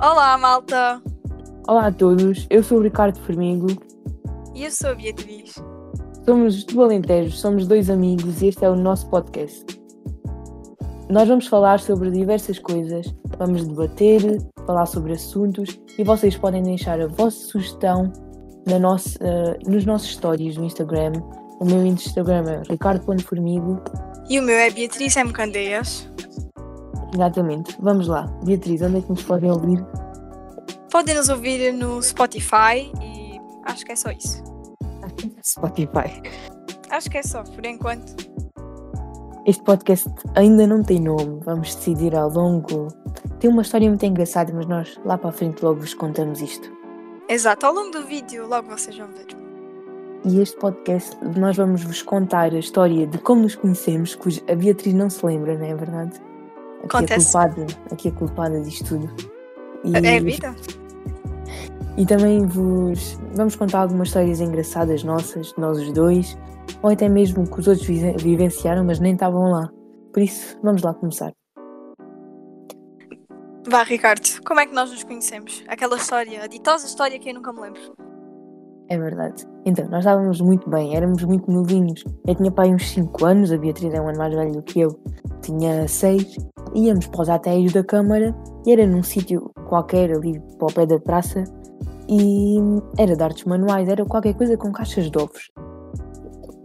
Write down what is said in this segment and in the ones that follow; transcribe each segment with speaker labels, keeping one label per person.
Speaker 1: Olá, malta!
Speaker 2: Olá a todos, eu sou o Ricardo Formigo,
Speaker 1: E eu sou a Beatriz.
Speaker 2: somos do Alentejo, somos dois amigos e este é o nosso podcast. Nós vamos falar sobre diversas coisas, vamos debater, falar sobre assuntos e vocês podem deixar a vossa sugestão na nossa- eh, nos nossos stories no Instagram. O meu Instagram é ricardo.formigo.
Speaker 1: E o meu é Beatriz M. Candeias.
Speaker 2: Exatamente, vamos lá. Beatriz, onde é que nos podem ouvir?
Speaker 1: Podem nos ouvir no Spotify e acho que é só isso.
Speaker 2: Spotify.
Speaker 1: Acho que é só, por enquanto.
Speaker 2: Este podcast ainda não tem nome, vamos decidir ao longo. Tem uma história muito engraçada, mas nós lá para a frente logo vos contamos isto.
Speaker 1: Exato, ao longo do vídeo logo vocês vão ver.
Speaker 2: E este podcast nós vamos vos contar a história de como nos conhecemos, cuja a Beatriz não se lembra, não é verdade? Aqui
Speaker 1: Acontece.
Speaker 2: é culpada, aqui é culpada disto tudo. E,
Speaker 1: É a vida?
Speaker 2: e também vos vamos contar algumas histórias engraçadas nossas, de nós os dois, ou até mesmo que os outros vi- vivenciaram, mas nem estavam lá. Por isso, vamos lá começar.
Speaker 1: Vá, Ricardo, como é que nós nos conhecemos? Aquela história, a ditosa história que eu nunca me lembro.
Speaker 2: É verdade. Então, nós estávamos muito bem, éramos muito novinhos. Eu tinha pai uns 5 anos, a Beatriz é um ano mais velha do que eu, tinha 6. Íamos para os ateios da Câmara e era num sítio qualquer ali para o pé da praça e era de artes manuais, era qualquer coisa com caixas de ovos.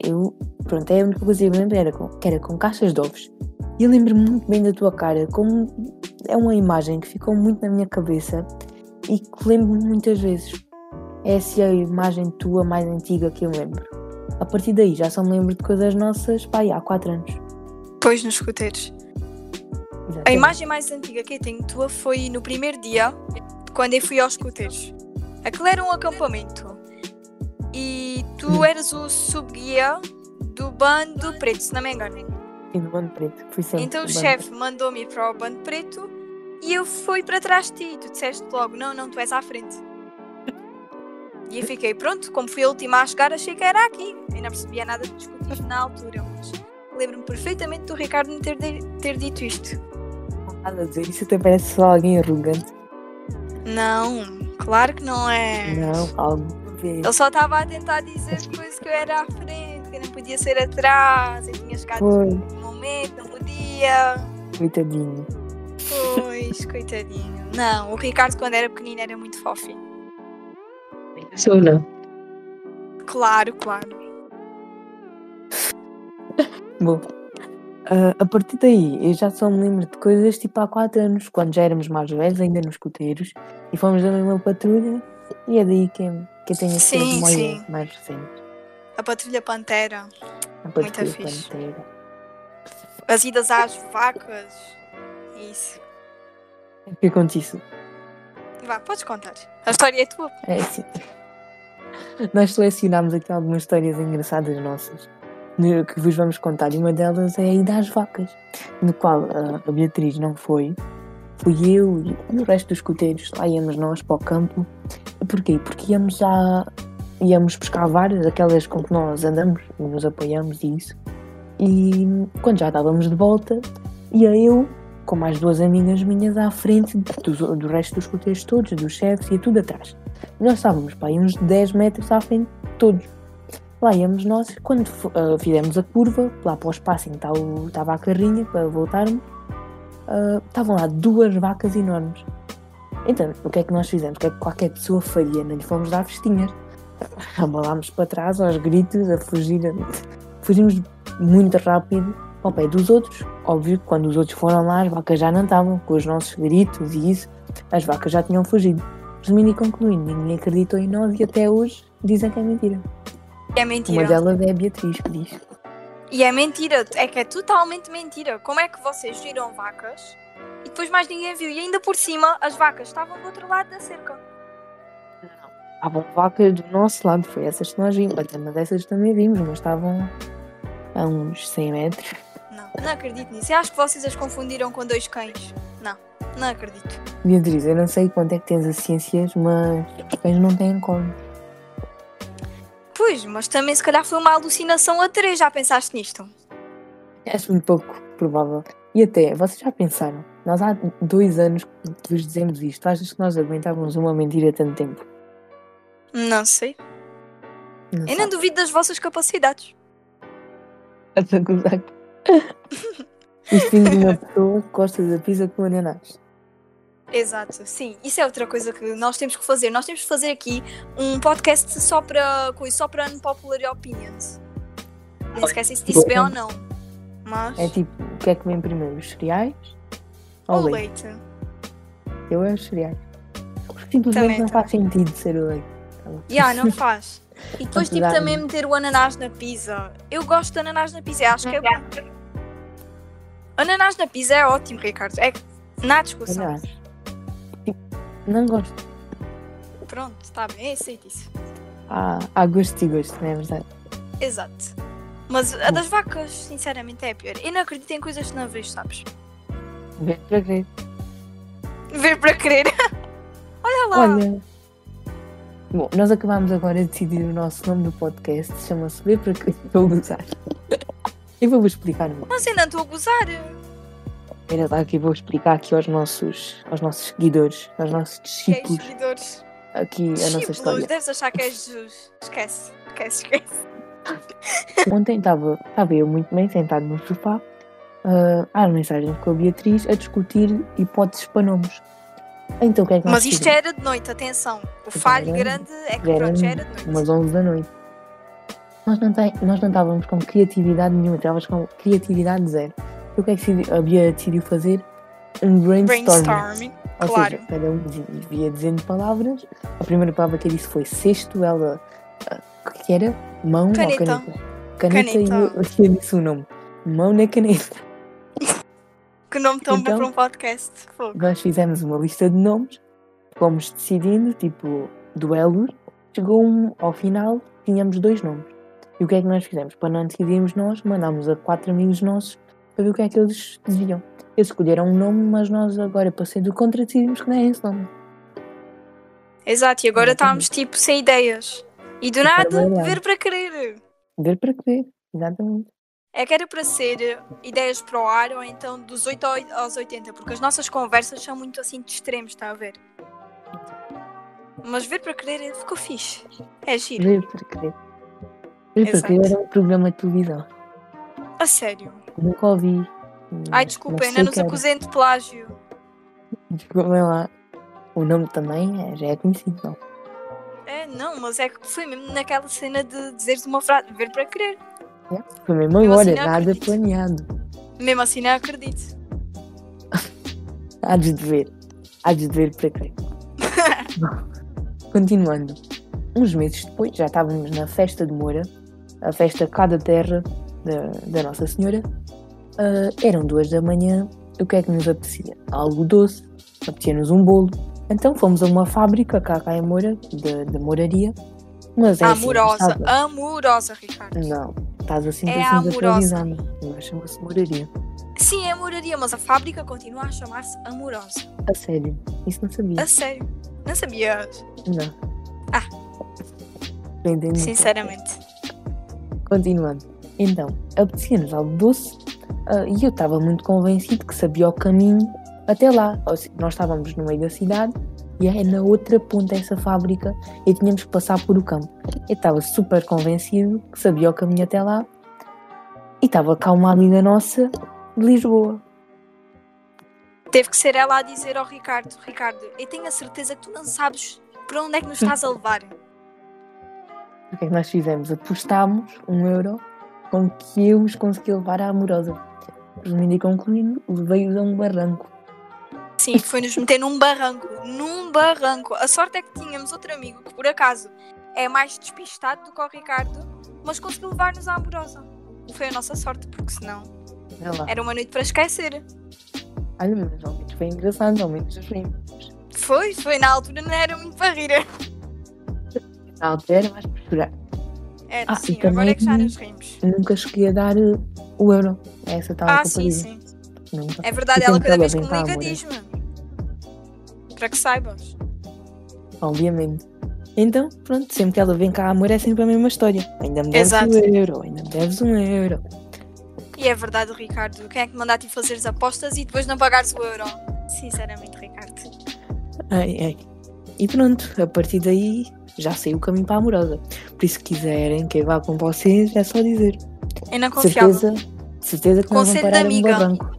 Speaker 2: Eu, pronto, é a única coisa que eu me lembro era com- que era com caixas de ovos. E eu lembro-me muito bem da tua cara, como é uma imagem que ficou muito na minha cabeça e que lembro-me muitas vezes. Essa é a imagem tua mais antiga que eu me lembro. A partir daí já só me lembro de coisas nossas, pá, há 4 anos.
Speaker 1: Pois nos escuteiros. A imagem mais antiga que eu tenho tua foi no primeiro dia, quando eu fui aos escuteiros. Aquilo era um acampamento. E tu
Speaker 2: Hum.
Speaker 1: eras o subguia do bando preto, se não me engano.
Speaker 2: Sim, do bando preto. Fui sempre
Speaker 1: Então o
Speaker 2: do bando
Speaker 1: chefe mandou-me ir para o bando preto e eu fui para trás de ti. E tu disseste logo, não, não, tu és à frente. E eu fiquei, pronto, como fui a última a chegar, achei que era aqui. Eu não percebia nada de discutir na altura, mas lembro-me perfeitamente do Ricardo me ter, de- ter dito isto.
Speaker 2: preto. Nada a dizer, isso até parece só alguém arrogante.
Speaker 1: Não, claro que não é.
Speaker 2: Não, alguma vez.
Speaker 1: Ele só estava a tentar dizer coisas que eu era à frente, que eu não podia ser atrás, eu tinha chegado
Speaker 2: Foi,
Speaker 1: no momento, no dia.
Speaker 2: coitadinho.
Speaker 1: Pois, coitadinho. Não, o Ricardo quando era pequenino era muito fofinho.
Speaker 2: Sou não.
Speaker 1: Claro, claro.
Speaker 2: Bom, ah, a partir daí eu já só me lembro de coisas tipo há 4 anos, quando já éramos mais velhos, ainda nos coteiros, e fomos da mesma patrulha, e é daí que, que eu tenho assim a
Speaker 1: Sim,
Speaker 2: memória
Speaker 1: sim.
Speaker 2: mais recente.
Speaker 1: A Patrulha Pantera,
Speaker 2: A patrulha
Speaker 1: fixe.
Speaker 2: Pantera.
Speaker 1: as idas às vacas. Isso.
Speaker 2: O que aconteceu?
Speaker 1: Vá, podes contar. A história é tua.
Speaker 2: É assim. Nós selecionámos aqui algumas histórias engraçadas nossas né, que vos vamos contar e uma delas é a ida às vacas, no qual ah, a Beatriz não foi, fui eu e o resto dos coteiros, lá íamos nós para o campo. Porquê? Porque íamos a íamos pescar varas, aquelas com que nós andamos e nos apoiamos e isso. E quando já estávamos de volta, ia eu com mais duas amigas minhas à frente dos- do, resto dos coteiros todos, dos chefes e tudo atrás. Nós estávamos para aí uns 10 metros à frente de todos. Lá íamos nós, quando fo- ah, fizemos a curva, lá para o espaço em que tá o- estava a carrinha para voltarmos, ah, estavam lá duas vacas enormes. Então, o que é que nós fizemos? O que é que qualquer pessoa faria? Não lhe fomos dar festinhas. Abalámos para trás, aos gritos, a fugir. Fugimos muito rápido ao pé dos outros. Óbvio que quando os outros foram lá, as vacas já não estavam, com os nossos gritos e isso, as vacas já tinham fugido. Resumindo e concluindo, ninguém acreditou em nós e até hoje dizem que é mentira.
Speaker 1: É
Speaker 2: Uma
Speaker 1: mentira.
Speaker 2: delas é a Beatriz que diz.
Speaker 1: E é mentira, é que é totalmente mentira. Como é que vocês viram vacas e depois mais ninguém viu? E ainda por cima, as vacas estavam do outro lado da cerca.
Speaker 2: Estavam vacas do nosso lado, foi essas que nós vimos, até uma dessas também vimos, mas estavam a uns 100 metros.
Speaker 1: Não, não acredito nisso. Eu acho que vocês as confundiram com dois cães. Não, não acredito.
Speaker 2: Beatriz, eu não sei quanto é que tens as ciências, mas os cães não têm como.
Speaker 1: Pois, mas também se calhar foi uma alucinação a três. Já pensaste nisto?
Speaker 2: É Acho muito pouco provável. E até, vocês já pensaram Nós há dois anos que vos dizemos isto. Achas que nós aguentávamos uma mentira tanto tempo?
Speaker 1: Não sei.
Speaker 2: Não
Speaker 1: Eu não duvido das vossas capacidades.
Speaker 2: sei. Exato. Isto vem de uma pessoa que gosta da pizza com ananás.
Speaker 1: Exato, sim. Isso é outra coisa que nós temos que fazer. Nós temos que fazer aqui um podcast só para coisa, só para unpopular opinions. Nem esquecem se disse bem ou não. Mas. oh,
Speaker 2: É tipo, o que é que vem primeiro? Os cereais? Ou
Speaker 1: Ou
Speaker 2: o leite?
Speaker 1: leite.
Speaker 2: Eu é os cereais. Porque simplesmente
Speaker 1: Também,
Speaker 2: não
Speaker 1: também.
Speaker 2: faz sentido ser o leite. Tá bom?
Speaker 1: Ya, não faz. E depois, tipo,
Speaker 2: Dá-me.
Speaker 1: também meter o ananás na pizza. Eu gosto de ananás na pizza, eu acho que é bom. Ananás na pizza é ótimo, Ricardo. É que na discussão.
Speaker 2: Ananás. Tipo, Não gosto.
Speaker 1: Pronto, está bem, eu aceito isso.
Speaker 2: Há, há gostos e gostos, não é verdade?
Speaker 1: Exato. Mas a das vacas, sinceramente, é a pior. Eu não acredito em coisas que não vejo, sabes?
Speaker 2: Vem para crer.
Speaker 1: Ver para querer. Olha lá.
Speaker 2: Olha. Bom, nós acabámos agora de decidir o nosso nome do podcast. Chama-se Vê para crer. Vou gozar. Eu vou-vos explicar uma
Speaker 1: Mas ainda estou a gozar.
Speaker 2: Espera lá que eu vou explicar aqui aos nossos, aos nossos seguidores, aos nossos
Speaker 1: Que é
Speaker 2: discípulos,
Speaker 1: seguidores.
Speaker 2: aqui a nossa
Speaker 1: Discípulos,
Speaker 2: história.
Speaker 1: deves achar que é Jesus. Esquece, esquece, esquece.
Speaker 2: Ontem estava estava eu muito bem sentado no sofá ah, às mensagens com a Beatriz a discutir hipóteses para nomes. Então o que é que nós
Speaker 1: Mas isto
Speaker 2: fizemos?
Speaker 1: era de noite, atenção. O falho grande é que
Speaker 2: Então Era
Speaker 1: pronto, já era de noite.
Speaker 2: umas 11 da noite. Nós não, tem, nós não estávamos com criatividade nenhuma, estávamos com criatividade zero. E o que é que decidi- a Bia decidiu fazer? Um brainstorming.
Speaker 1: brainstorming.
Speaker 2: Ou
Speaker 1: Claro.
Speaker 2: seja, cada um dizia- ia dizendo palavras. A primeira palavra que eu disse foi sexto, ela. ah, O que era? Mão
Speaker 1: Caneta.
Speaker 2: ou caneta? Caneta,
Speaker 1: Caneta.
Speaker 2: e eu, eu disse o nome. Mão na caneta.
Speaker 1: Que nome tão
Speaker 2: Então-
Speaker 1: bom para um podcast. Fogo.
Speaker 2: Nós fizemos uma lista de nomes, fomos decidindo, tipo, duelos. Chegou um, ao final, tínhamos dois nomes. E o que é que nós fizemos? Para não decidirmos nós, mandámos a quatro amigos nossos para ver o que é que eles diziam. Eles escolheram um nome, mas nós agora, para ser do contra, decidimos que não é esse nome.
Speaker 1: Exato, e agora
Speaker 2: Exatamente. É
Speaker 1: estávamos tipo sem ideias. E do
Speaker 2: E
Speaker 1: nada,
Speaker 2: trabalhar.
Speaker 1: ver para querer.
Speaker 2: Ver para que ver, exatamente.
Speaker 1: É que era para ser ideias para o ar ou então dos 8 ao- aos 80, porque as nossas conversas são muito assim de extremos, está a ver? Mas ver para querer eh, ficou fixe. É giro.
Speaker 2: Ver para crer. Ver para
Speaker 1: Exato.
Speaker 2: crer era um programa de televisão.
Speaker 1: A sério.
Speaker 2: Nunca ouvi. Hum,
Speaker 1: Ai, desculpa,
Speaker 2: Não
Speaker 1: ainda
Speaker 2: sei
Speaker 1: nos
Speaker 2: o que
Speaker 1: acusei de plágio.
Speaker 2: era. Desculpem lá. O nome também é- já é conhecido, não?
Speaker 1: É, não, mas é que foi mesmo naquela cena de dizeres uma frase, ver para querer.
Speaker 2: Foi mesmo
Speaker 1: Eu
Speaker 2: agora,
Speaker 1: assim não
Speaker 2: nada
Speaker 1: acredito.
Speaker 2: planeado.
Speaker 1: Mesmo assim, não acredito.
Speaker 2: Hades de ver. Hades de ver para crer. Bom, Continuando. Uns meses depois, já estávamos na festa de Moura, a festa cá da terra da, da Nossa Senhora. Ah, eram duas da manhã. O que é que nos apetecia? Algo doce, apetecia-nos um bolo. Então fomos a uma fábrica cá, cá em Moura, de, de moraria. Mas é assim,
Speaker 1: Amorosa,
Speaker 2: estava-
Speaker 1: amorosa, Ricardo.
Speaker 2: Não, estás assim
Speaker 1: É
Speaker 2: assim
Speaker 1: amorosa.
Speaker 2: desatualizada. Mas chama-se moraria.
Speaker 1: Sim, é a moraria, mas a fábrica continua a chamar-se Amorosa.
Speaker 2: A sério, isso não sabia.
Speaker 1: A sério. Não sabia,
Speaker 2: Não.
Speaker 1: Ah.
Speaker 2: Entendi.
Speaker 1: sinceramente.
Speaker 2: Continuando. Então, apetecia-nos algo doce ah, e eu estava muito convencido que sabia o caminho até lá. Ou seja, nós estávamos no meio da cidade e é na outra ponta essa fábrica e tínhamos que passar por o campo. Eu estava super convencido que sabia o caminho até lá e estava cá uma amiga nossa de Lisboa.
Speaker 1: Teve que ser ela a dizer ao Ricardo: Ricardo, eu tenho a certeza que tu não sabes para onde é que nos estás a levar.
Speaker 2: O que é que nós fizemos? Apostámos um euro com que eu os consegui levar à amorosa. Resumindo e concluindo, levei-os a um barranco.
Speaker 1: Sim, foi nos meter num barranco. Num barranco. A sorte é que tínhamos outro amigo que, por acaso, é mais despistado do que o Ricardo, mas conseguiu levar-nos à Amorosa. Foi a nossa sorte, porque senão
Speaker 2: Olha lá.
Speaker 1: era uma noite para esquecer.
Speaker 2: Olha, mas ao menos foi engraçado, ao menos rimos.
Speaker 1: Foi, foi. Na altura não era muito para rir.
Speaker 2: Na altura era mais por chorar.
Speaker 1: Era
Speaker 2: Ah, e
Speaker 1: sim,
Speaker 2: também
Speaker 1: agora é que já
Speaker 2: tinha-
Speaker 1: nos rimos.
Speaker 2: Nunca cheguei a dar eh, o euro. a Essa tal
Speaker 1: Ah, sim,
Speaker 2: rapariga.
Speaker 1: sim.
Speaker 2: Nunca.
Speaker 1: É verdade,
Speaker 2: E
Speaker 1: ela
Speaker 2: tem
Speaker 1: cada
Speaker 2: que
Speaker 1: vez que me
Speaker 2: ela
Speaker 1: liga
Speaker 2: brincar,
Speaker 1: diz-me.
Speaker 2: é.
Speaker 1: Para que saibas.
Speaker 2: Obviamente. Então, pronto, sempre que ela vem cá, amor, é sempre a mesma história. Ainda me deves
Speaker 1: Exato.
Speaker 2: um euro, ainda me deves um euro.
Speaker 1: E E é verdade, Ricardo. Quem é que mandar-te fazeres apostas e depois não pagares o euro? Sinceramente, Ricardo.
Speaker 2: Ai, ai. E pronto, a partir daí já saiu o caminho para a amorosa. Por isso, se quiserem que eu vá com vocês, é só dizer.
Speaker 1: Eu não confiava.
Speaker 2: Certeza, certeza que não vão
Speaker 1: Conselho
Speaker 2: parar
Speaker 1: da
Speaker 2: a um
Speaker 1: amiga.
Speaker 2: barranco.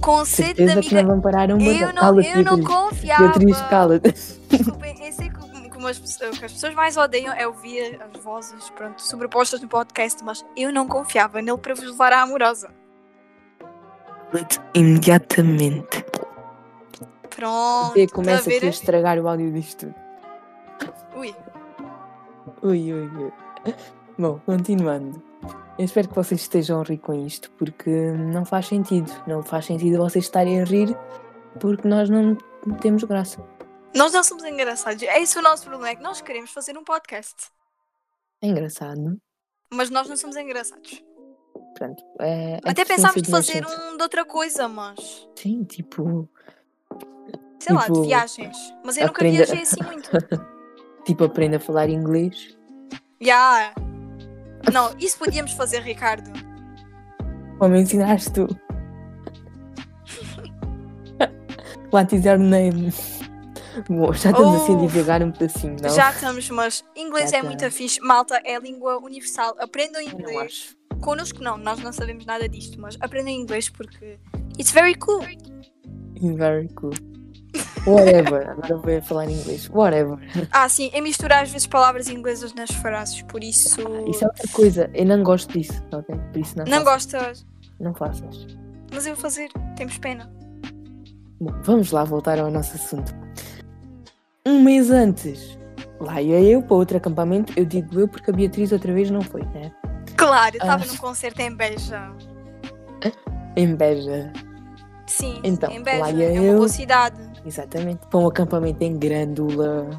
Speaker 1: Conselho de
Speaker 2: Certeza que não
Speaker 1: amiga.
Speaker 2: vão parar a um
Speaker 1: Eu
Speaker 2: barranco.
Speaker 1: não,
Speaker 2: Cala-te,
Speaker 1: eu não
Speaker 2: Beatriz.
Speaker 1: confiava.
Speaker 2: Beatriz, cala-te.
Speaker 1: Desculpem, eu sei que, o- que umas pessoas- que as pessoas mais odeiam é ouvir as vozes pronto, sobrepostas no podcast, mas eu não confiava nele para vos levar à amorosa.
Speaker 2: Cala-te Imediatamente.
Speaker 1: Pronto,
Speaker 2: Vê,
Speaker 1: tá
Speaker 2: começa
Speaker 1: a
Speaker 2: aqui a
Speaker 1: ver?
Speaker 2: estragar o áudio disto tudo.
Speaker 1: Ui,
Speaker 2: Ui, ui, ui. Bom, continuando. Eu espero que vocês estejam a rir com isto, porque não faz sentido. Não faz sentido vocês estarem a rir, porque nós não temos graça.
Speaker 1: nós não somos engraçados. É isso o nosso problema, é que nós queremos fazer um podcast,
Speaker 2: É engraçado.
Speaker 1: mas nós não somos engraçados.
Speaker 2: Pronto. É, é
Speaker 1: Até
Speaker 2: deficiência
Speaker 1: pensámos de
Speaker 2: uma
Speaker 1: fazer
Speaker 2: gente.
Speaker 1: um de outra coisa, mas
Speaker 2: Sim, tipo,
Speaker 1: sei lá, de
Speaker 2: Tipo,
Speaker 1: viagens. Mas eu nunca
Speaker 2: aprenda-
Speaker 1: viajei assim muito.
Speaker 2: tipo aprenda a falar inglês.
Speaker 1: Ya. Não, isso podíamos fazer, Ricardo.
Speaker 2: Como ensinaste tu? What is your name? Bom, já estamos assim a
Speaker 1: Oh.
Speaker 2: divagar um pedacinho, não?
Speaker 1: Já estamos, mas inglês
Speaker 2: Já
Speaker 1: é muito
Speaker 2: estamos.
Speaker 1: fixe. Malta é a língua universal. Aprendam
Speaker 2: Eu não
Speaker 1: inglês.
Speaker 2: acho.
Speaker 1: Connosco não, nós não sabemos nada disto, mas aprendam inglês porque it's very cool.
Speaker 2: Very cool. Whatever. Agora vou é falar em inglês. Whatever.
Speaker 1: Ah, sim, eu misturo às vezes palavras inglesas nas frases, por isso.
Speaker 2: Isso é outra coisa. Eu não gosto disso, ok? Por isso não,
Speaker 1: Não
Speaker 2: faças.
Speaker 1: gostas,
Speaker 2: Não faças.
Speaker 1: mas eu vou fazer. Temos pena.
Speaker 2: Bom, vamos lá voltar ao nosso assunto. Um mês antes, lá ia eu para outro acampamento. Eu digo eu porque a Beatriz outra vez não foi, né?
Speaker 1: Claro, eu estava
Speaker 2: Ah.
Speaker 1: num concerto em Beja.
Speaker 2: Em Beja.
Speaker 1: Sim,
Speaker 2: Então,
Speaker 1: em Beja.
Speaker 2: lá ia
Speaker 1: é uma boa
Speaker 2: eu.
Speaker 1: cidade.
Speaker 2: Exatamente. Para um acampamento em Grândola.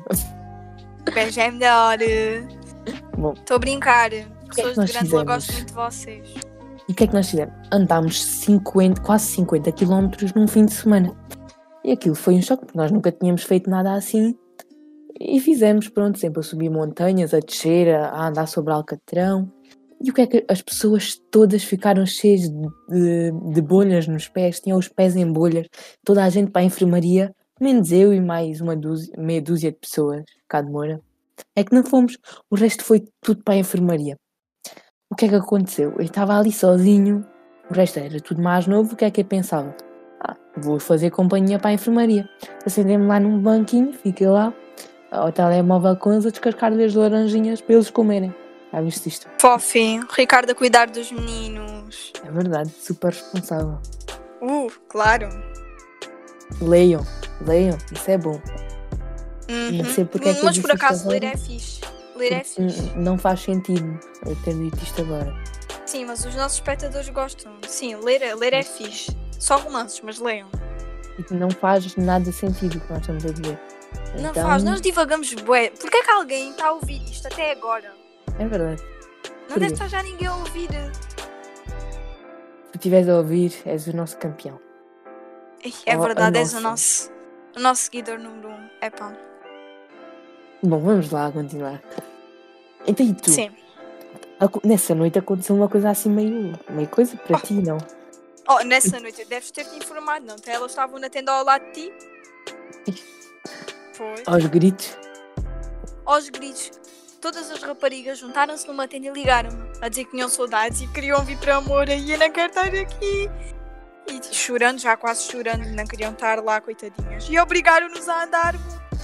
Speaker 1: Beja é melhor.
Speaker 2: Bom.
Speaker 1: Estou a brincar.
Speaker 2: que é que
Speaker 1: Pessoas
Speaker 2: nós
Speaker 1: de Grândola
Speaker 2: fizemos?
Speaker 1: gostam muito de vocês.
Speaker 2: E o que é que nós fizemos? Andámos 50, quase 50 quilómetros num fim de semana. E aquilo foi um choque, porque nós nunca tínhamos feito nada assim. E fizemos, pronto, sempre a subir montanhas, a descer, a- a andar sobre Alcatrão. E o que é que as pessoas todas ficaram cheias de, de, de bolhas nos pés, tinham os pés em bolhas, toda a gente para a enfermaria, menos eu e mais uma dúzia, meia dúzia de pessoas, cá de Moura. É que não fomos, o resto foi tudo para a enfermaria o que é que aconteceu? Eu estava ali sozinho, o resto era tudo mais novo, o que é que eu pensava? Ah, vou fazer companhia para a enfermaria. Acendei-me lá num banquinho, fiquei lá, ao telemóvel com eles a descascar-lhe as laranjinhas para eles comerem. Já viste isto?
Speaker 1: Fofinho, Ricardo a cuidar dos meninos.
Speaker 2: É verdade, super responsável.
Speaker 1: Uh, claro.
Speaker 2: Leiam, leiam, isso é bom.
Speaker 1: Uhum.
Speaker 2: Não sei porque é que eu Uhum.
Speaker 1: Mas
Speaker 2: disse
Speaker 1: por acaso
Speaker 2: isto
Speaker 1: ler
Speaker 2: agora.
Speaker 1: é fixe. Ler é
Speaker 2: N-
Speaker 1: fixe.
Speaker 2: n- Hum, Não faz sentido eu ter dito isto agora.
Speaker 1: Sim, mas os nossos espectadores gostam. Sim, ler, ler
Speaker 2: Uhum.
Speaker 1: é fixe. Só romances, mas leiam.
Speaker 2: E Não faz nada sentido o que nós estamos a dizer.
Speaker 1: Não
Speaker 2: Então,
Speaker 1: faz, nós divagamos bué. Por que é que alguém está a ouvir isto até agora?
Speaker 2: É verdade.
Speaker 1: Não deve
Speaker 2: quê?
Speaker 1: estar já ninguém a ouvir.
Speaker 2: Se tu estiveres a ouvir, és o nosso campeão.
Speaker 1: Ei, É
Speaker 2: Oh,
Speaker 1: verdade,
Speaker 2: a
Speaker 1: és o nosso, o nosso seguidor número um. É pá.
Speaker 2: Bom, vamos lá continuar. Então, e tu?
Speaker 1: Sim.
Speaker 2: Aco- Nessa noite aconteceu uma coisa assim meio. meio coisa para ti, não?
Speaker 1: Oh, nessa noite deves ter te informado, não? tá? Elas estavam na tenda ao lado de ti. Pois.
Speaker 2: Aos gritos.
Speaker 1: aos gritos. Todas as raparigas juntaram-se numa tenda e ligaram-me a dizer que tinham saudades e queriam vir para amor e eu não quero estar aqui. E chorando, já quase chorando, não queriam estar lá, coitadinhas. E obrigaram-nos a andar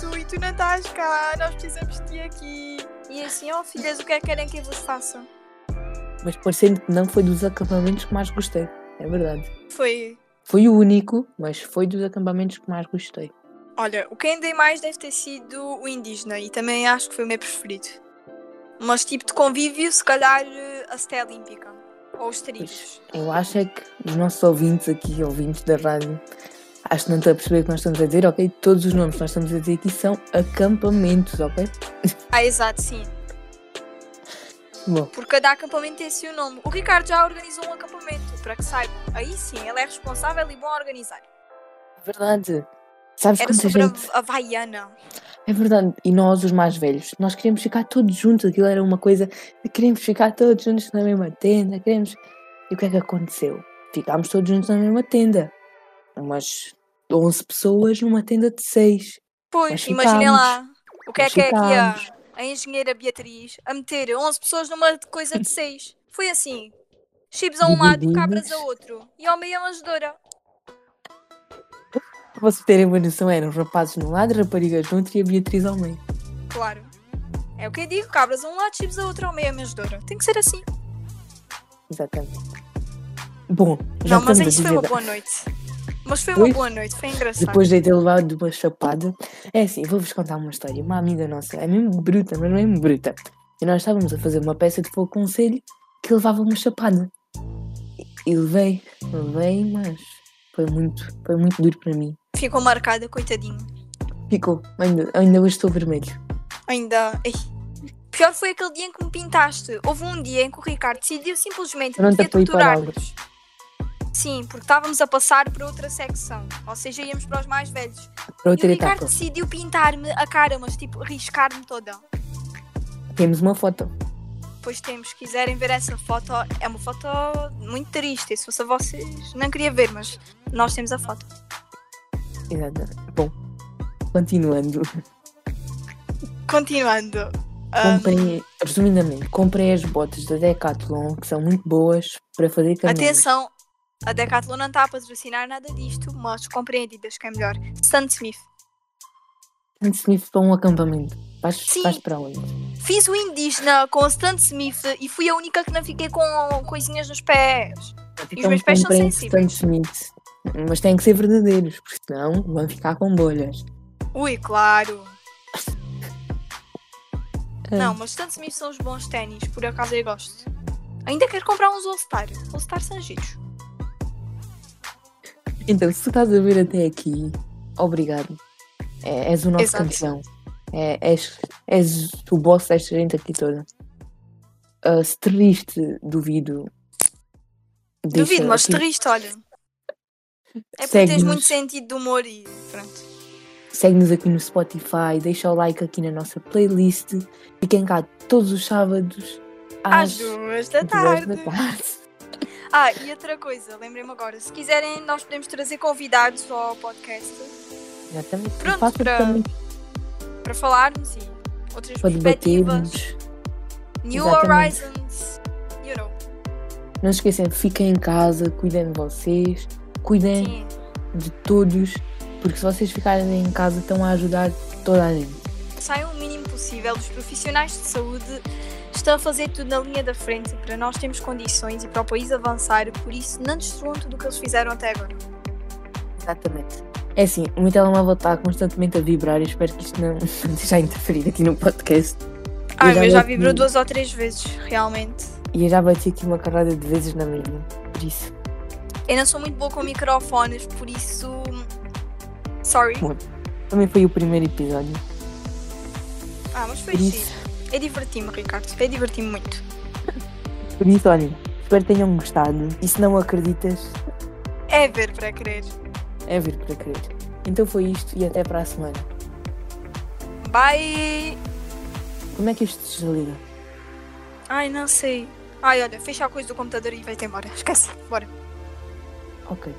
Speaker 1: muito e tu não estás cá, nós precisamos de ti aqui. E assim, oh filhas, o que é que querem que eu vos faça?
Speaker 2: Mas parecendo que não foi dos acampamentos que mais gostei. É verdade.
Speaker 1: Foi,
Speaker 2: Foi o único, mas foi dos acampamentos que mais gostei.
Speaker 1: olha, o que ainda mais deve ter sido o indígena e também acho que foi o meu preferido. Mas tipo de convívio, se calhar eh, a Sté Olímpica ou os trilhos.
Speaker 2: Eu acho é que os nossos ouvintes aqui, ouvintes da rádio, acho que não estão a perceber o que nós estamos a dizer, ok? Todos os nomes que nós estamos a dizer aqui são acampamentos, ok?
Speaker 1: Ah, exato, sim.
Speaker 2: Bom.
Speaker 1: Porque cada acampamento tem seu nome. O Ricardo já organizou um acampamento, para que saibam. Aí sim, ele é responsável e bom a organizar.
Speaker 2: É verdade. Sabes
Speaker 1: Era
Speaker 2: quanta
Speaker 1: sobre
Speaker 2: gente.
Speaker 1: a, a Vaiana.
Speaker 2: É verdade, e nós, os mais velhos, nós queremos ficar todos juntos, aquilo era uma coisa, de queremos ficar todos juntos na mesma tenda, queremos. E o que é que aconteceu? Ficámos todos juntos na mesma tenda. Umas 11 pessoas numa tenda de 6.
Speaker 1: Pois,
Speaker 2: Nós
Speaker 1: imaginem lá. O que é
Speaker 2: Nós
Speaker 1: que é aqui
Speaker 2: ficámos.
Speaker 1: a, a engenheira Beatriz a meter 11 pessoas numa coisa de 6? Foi assim. Chips a um lado, cabras a
Speaker 2: Divididas.
Speaker 1: outro. E ao meio é uma ajudora.
Speaker 2: Para vocês terem uma noção, eram os rapazes num lado, raparigas no outro e a Beatriz ao meio.
Speaker 1: Claro. É o que eu digo, cabras a um lado, chips a outro, ao meio é uma ajudora. Tem que ser assim.
Speaker 2: Exatamente. Bom, já
Speaker 1: não, mas
Speaker 2: estamos a
Speaker 1: isso foi uma
Speaker 2: divagar.
Speaker 1: boa noite. Mas foi uma
Speaker 2: Pois.
Speaker 1: boa noite, foi engraçado.
Speaker 2: Depois de ter levado uma chapada. É assim, vou-vos contar uma história. Uma amiga nossa, é mesmo bruta, mas não é mesmo bruta. E nós estávamos a fazer uma peça de fogo conselho que levava uma chapada. E, e levei, levei, mas foi muito, foi muito duro para mim.
Speaker 1: Ficou marcada, coitadinho.
Speaker 2: Ficou, ainda, ainda hoje estou vermelho.
Speaker 1: Ainda. Ei. Pior foi aquele dia em que me pintaste. Houve um dia em que o Ricardo decidiu simplesmente
Speaker 2: Eu não
Speaker 1: que ia
Speaker 2: te apoio para
Speaker 1: torturar-nos. Sim, porque estávamos a passar para outra secção. Ou seja, íamos para os mais velhos.
Speaker 2: Para
Speaker 1: e
Speaker 2: outra
Speaker 1: o Ricardo
Speaker 2: etapa,
Speaker 1: decidiu pintar-me a cara, mas tipo, riscar-me toda.
Speaker 2: temos uma foto.
Speaker 1: Pois temos, se quiserem ver essa foto, é uma foto muito triste. Se fosse a vocês, não queria ver, mas nós temos a foto.
Speaker 2: Exato. Bom, continuando.
Speaker 1: Continuando. hum, Ahm,
Speaker 2: Comprei, resumidamente, comprei as botas da Decathlon, que são muito boas para fazer caminhos.
Speaker 1: Atenção, a Decathlon não está a patrocinar nada disto, mas compreendidas que é melhor. Stan Smith.
Speaker 2: Antes de ir para um acampamento. Vais,
Speaker 1: Sim.
Speaker 2: vais para onde?
Speaker 1: Fiz o indígena com o Stan Smith e fui a única que não fiquei com coisinhas nos pés.
Speaker 2: Então,
Speaker 1: meus pés são
Speaker 2: comprem
Speaker 1: sensíveis.
Speaker 2: Stan Smith. Mas têm que ser verdadeiros, porque senão vão ficar com bolhas.
Speaker 1: Ui, claro.
Speaker 2: Ah.
Speaker 1: Não, mas Stan Smith são os bons ténis, por acaso eu gosto. Ainda quero comprar uns All-Star. All-Star são giros.
Speaker 2: Então, se tu estás a ver até aqui, obrigado. É- és o nosso
Speaker 1: Exato.
Speaker 2: campeão. É- és, és o boss desta gente aqui toda. Ah, se te riste, duvido. Deixa-
Speaker 1: Duvido, mas te
Speaker 2: tipo,
Speaker 1: riste, olha. É porque tens
Speaker 2: Segue-nos.
Speaker 1: muito sentido de humor e pronto.
Speaker 2: Segue-nos aqui no Spotify, deixa o like aqui na nossa playlist. Fiquem cá todos os sábados
Speaker 1: Às
Speaker 2: às,
Speaker 1: duas da
Speaker 2: duas
Speaker 1: tarde.
Speaker 2: da tarde.
Speaker 1: Ah, e outra coisa, lembrei-me agora. Se quiserem, nós podemos trazer convidados ao podcast
Speaker 2: Exatamente.
Speaker 1: Pronto,
Speaker 2: Faço
Speaker 1: para-
Speaker 2: também
Speaker 1: para falarmos e outras
Speaker 2: para
Speaker 1: perspectivas.
Speaker 2: debatermos.
Speaker 1: New
Speaker 2: Exatamente.
Speaker 1: Horizons. You know.
Speaker 2: Não se esqueçam, fiquem em casa, cuidem de vocês, cuidem
Speaker 1: Sim.
Speaker 2: de todos, porque se vocês ficarem em casa estão a ajudar toda a gente.
Speaker 1: Saiam o mínimo possível. Os profissionais de saúde estão a fazer tudo na linha da frente para nós termos condições e para o país avançar. Por isso, não destruam tudo o que eles fizeram até agora.
Speaker 2: Exatamente. É assim, o meu telemóvel está constantemente a vibrar e espero que isto não já interferir aqui no podcast.
Speaker 1: Ah, eu
Speaker 2: já
Speaker 1: já
Speaker 2: bati-
Speaker 1: vibrou duas ou três vezes, realmente.
Speaker 2: E eu já bati aqui uma carrada de vezes na mesma. Por isso,
Speaker 1: Eu não sou muito boa com microfones, por isso. Sorry.
Speaker 2: também foi o primeiro episódio.
Speaker 1: Ah, mas foi
Speaker 2: Por
Speaker 1: giro.
Speaker 2: isso,
Speaker 1: Eu diverti-me, Ricardo. Eu diverti-me muito.
Speaker 2: por isso olhem, espero que tenham gostado. E se não acreditas,
Speaker 1: É ver para crer.
Speaker 2: é vir para crer. Então foi isto e até para a semana.
Speaker 1: Bye!
Speaker 2: Como é que isto se desliga?
Speaker 1: Ai, não sei. Ai, olha, fecha a coisa do computador e vai-te embora. Esquece. Bora.
Speaker 2: Ok.